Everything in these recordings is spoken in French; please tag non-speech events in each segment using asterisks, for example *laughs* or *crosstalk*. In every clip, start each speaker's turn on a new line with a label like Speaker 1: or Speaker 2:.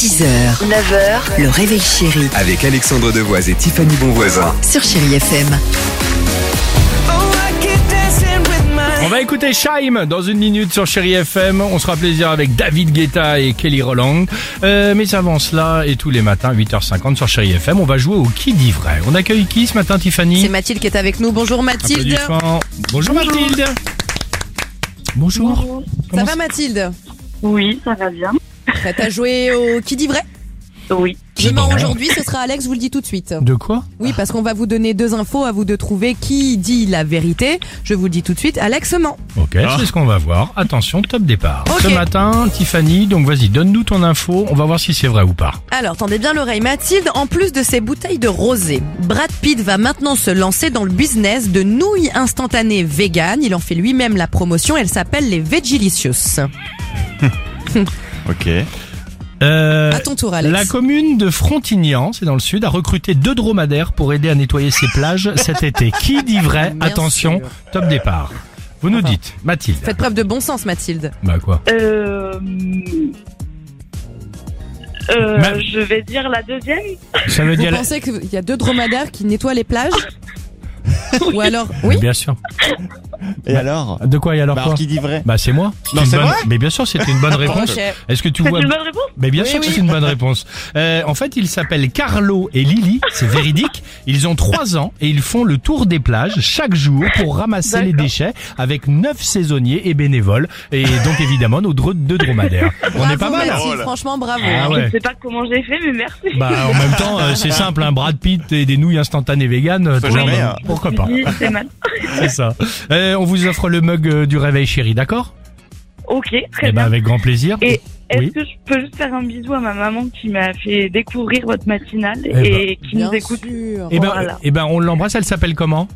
Speaker 1: 6h, 9h, le réveil chéri
Speaker 2: Avec Alexandre Devoise et Tiffany Bonvoisin.
Speaker 1: sur Chérie FM.
Speaker 3: On va écouter Shaim dans une minute sur Chéri FM. On sera plaisir avec David Guetta et Kelly Roland. Euh, mais avant cela, et tous les matins, 8h50 sur Chéri FM, on va jouer au qui dit vrai. On accueille qui ce matin,
Speaker 4: C'est
Speaker 3: Tiffany
Speaker 4: Mathilde qui est avec nous. Bonjour Mathilde. Ça
Speaker 3: Applaudissements. Bonjour Mathilde. Bonjour. Comment
Speaker 4: va Mathilde
Speaker 5: Oui, ça va bien.
Speaker 4: Prête à jouer au qui dit vrai
Speaker 5: Oui.
Speaker 3: Qui
Speaker 4: Demain
Speaker 3: dit vrai
Speaker 4: aujourd'hui, ce sera Alex, je vous le dis tout de suite.
Speaker 3: De quoi
Speaker 4: Oui, parce qu'on va vous donner deux infos à vous de trouver qui dit la vérité. Je vous le dis tout de suite, Alex ment.
Speaker 3: Ok, c'est ce qu'on va voir. Attention, top départ.
Speaker 4: Ok.
Speaker 3: Ce matin, Tiffany, donc vas-y, donne-nous ton info. On va voir si c'est vrai ou pas.
Speaker 4: Alors, tendez bien l'oreille Mathilde, en plus de ses bouteilles de rosé, Brad Pitt va maintenant se lancer dans le business de nouilles instantanées vegan. Il en fait lui-même la promotion, elle s'appelle les Vegilicious.
Speaker 6: Ok.
Speaker 3: Euh,
Speaker 4: À ton tour Alex.
Speaker 3: La commune de Frontignan, c'est dans le sud, a recruté deux dromadaires pour aider à nettoyer ses
Speaker 4: *laughs*
Speaker 3: plages cet été. Qui dit vrai
Speaker 4: Bien
Speaker 3: Attention,
Speaker 4: sûr.
Speaker 3: top départ. Vous nous dites, Mathilde.
Speaker 4: Faites preuve de bon sens Mathilde.
Speaker 3: Bah quoi
Speaker 5: Euh... euh,
Speaker 3: Ma-
Speaker 5: Je vais dire la deuxième.
Speaker 3: Ça veut
Speaker 4: Vous
Speaker 3: dire.
Speaker 4: pensez qu'il y a deux dromadaires qui nettoient les
Speaker 3: *laughs*
Speaker 4: plages Ou alors,
Speaker 3: Mais
Speaker 4: oui
Speaker 3: Bien sûr.
Speaker 6: Et alors
Speaker 3: De quoi et alors
Speaker 6: Bah,
Speaker 3: quoi
Speaker 6: alors, qui dit vrai
Speaker 3: Bah c'est moi.
Speaker 6: Non,
Speaker 3: une
Speaker 6: c'est
Speaker 3: bonne-
Speaker 6: vrai
Speaker 3: Mais bien sûr,
Speaker 4: *laughs*
Speaker 3: c'était une bonne réponse.
Speaker 4: Ok.
Speaker 3: Est-ce que tu
Speaker 5: C'est
Speaker 3: vois
Speaker 5: une bonne réponse
Speaker 3: Mais bien
Speaker 4: Oui,
Speaker 3: sûr que
Speaker 4: oui.
Speaker 3: c'est une bonne réponse. Euh, en fait, ils s'appellent Carlo et Lily, c'est véridique. Ils ont trois ans et ils font le tour des plages chaque jour pour ramasser les
Speaker 5: D'accord.
Speaker 3: déchets avec neuf saisonniers et bénévoles. Et donc évidemment nos dro- deux dromadaires. On
Speaker 4: Bravo,
Speaker 3: est pas mal. hein
Speaker 4: Mathilde, franchement, bravo.
Speaker 3: Ah
Speaker 5: Je
Speaker 3: ouais.
Speaker 5: ne sais pas comment j'ai fait, mais merci.
Speaker 3: Bah en même temps, euh, c'est simple, un Brad Pitt et des nouilles instantanées véganes. euh,
Speaker 6: Faut
Speaker 3: tu vois,
Speaker 6: jamais,
Speaker 3: bah,
Speaker 6: hein.
Speaker 3: Pourquoi pas
Speaker 5: Oui, c'est mal.
Speaker 3: C'est ça. Euh, on vous offre le mug euh, du réveil chéri, d'accord
Speaker 5: Ok, très
Speaker 3: Eh ben
Speaker 5: bien.
Speaker 3: avec grand plaisir.
Speaker 5: Et Est-ce
Speaker 3: oui.
Speaker 5: que je peux juste faire un bisou à ma maman qui m'a fait découvrir votre matinale
Speaker 3: ben.
Speaker 5: et qui
Speaker 4: Bien
Speaker 5: nous écoute
Speaker 4: sûr.
Speaker 3: Eh ben,
Speaker 5: voilà.
Speaker 3: eh ben on l'embrasse. Elle s'appelle comment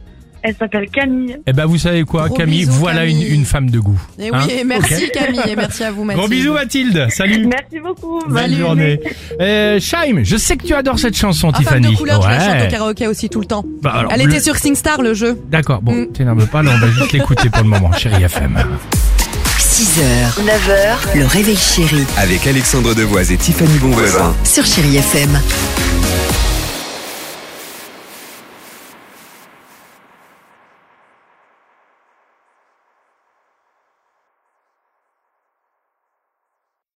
Speaker 5: Elle s'appelle Camille.
Speaker 3: Eh ben vous savez quoi,
Speaker 4: Gros
Speaker 3: Camille,
Speaker 4: bisous,
Speaker 3: voilà une-
Speaker 4: Camille.
Speaker 3: une femme de goût.
Speaker 4: Et Eh oui,
Speaker 3: Hein
Speaker 4: et merci Camille, et merci à vous Mathilde.
Speaker 3: Gros bisous Mathilde, salut
Speaker 5: Merci beaucoup.
Speaker 3: Bonne journée. Euh, Shaim, je sais que tu adores cette chanson,
Speaker 4: Ah, femme
Speaker 3: Tiffany.
Speaker 4: de couleur, je la chante
Speaker 3: Ouais.
Speaker 4: au karaoké aussi tout le temps.
Speaker 3: Bah, alors,
Speaker 4: Elle
Speaker 3: le-
Speaker 4: était sur SingStar le jeu.
Speaker 3: D'accord, bon,
Speaker 4: Mm.
Speaker 3: t'énerve pas, là, on va juste l'écouter pour le moment, chérie FM.
Speaker 1: 6h, 9h, le réveil chéri
Speaker 2: Avec Alexandre Devoise et Tiffany Bonvoisin.
Speaker 1: sur Chérie FM.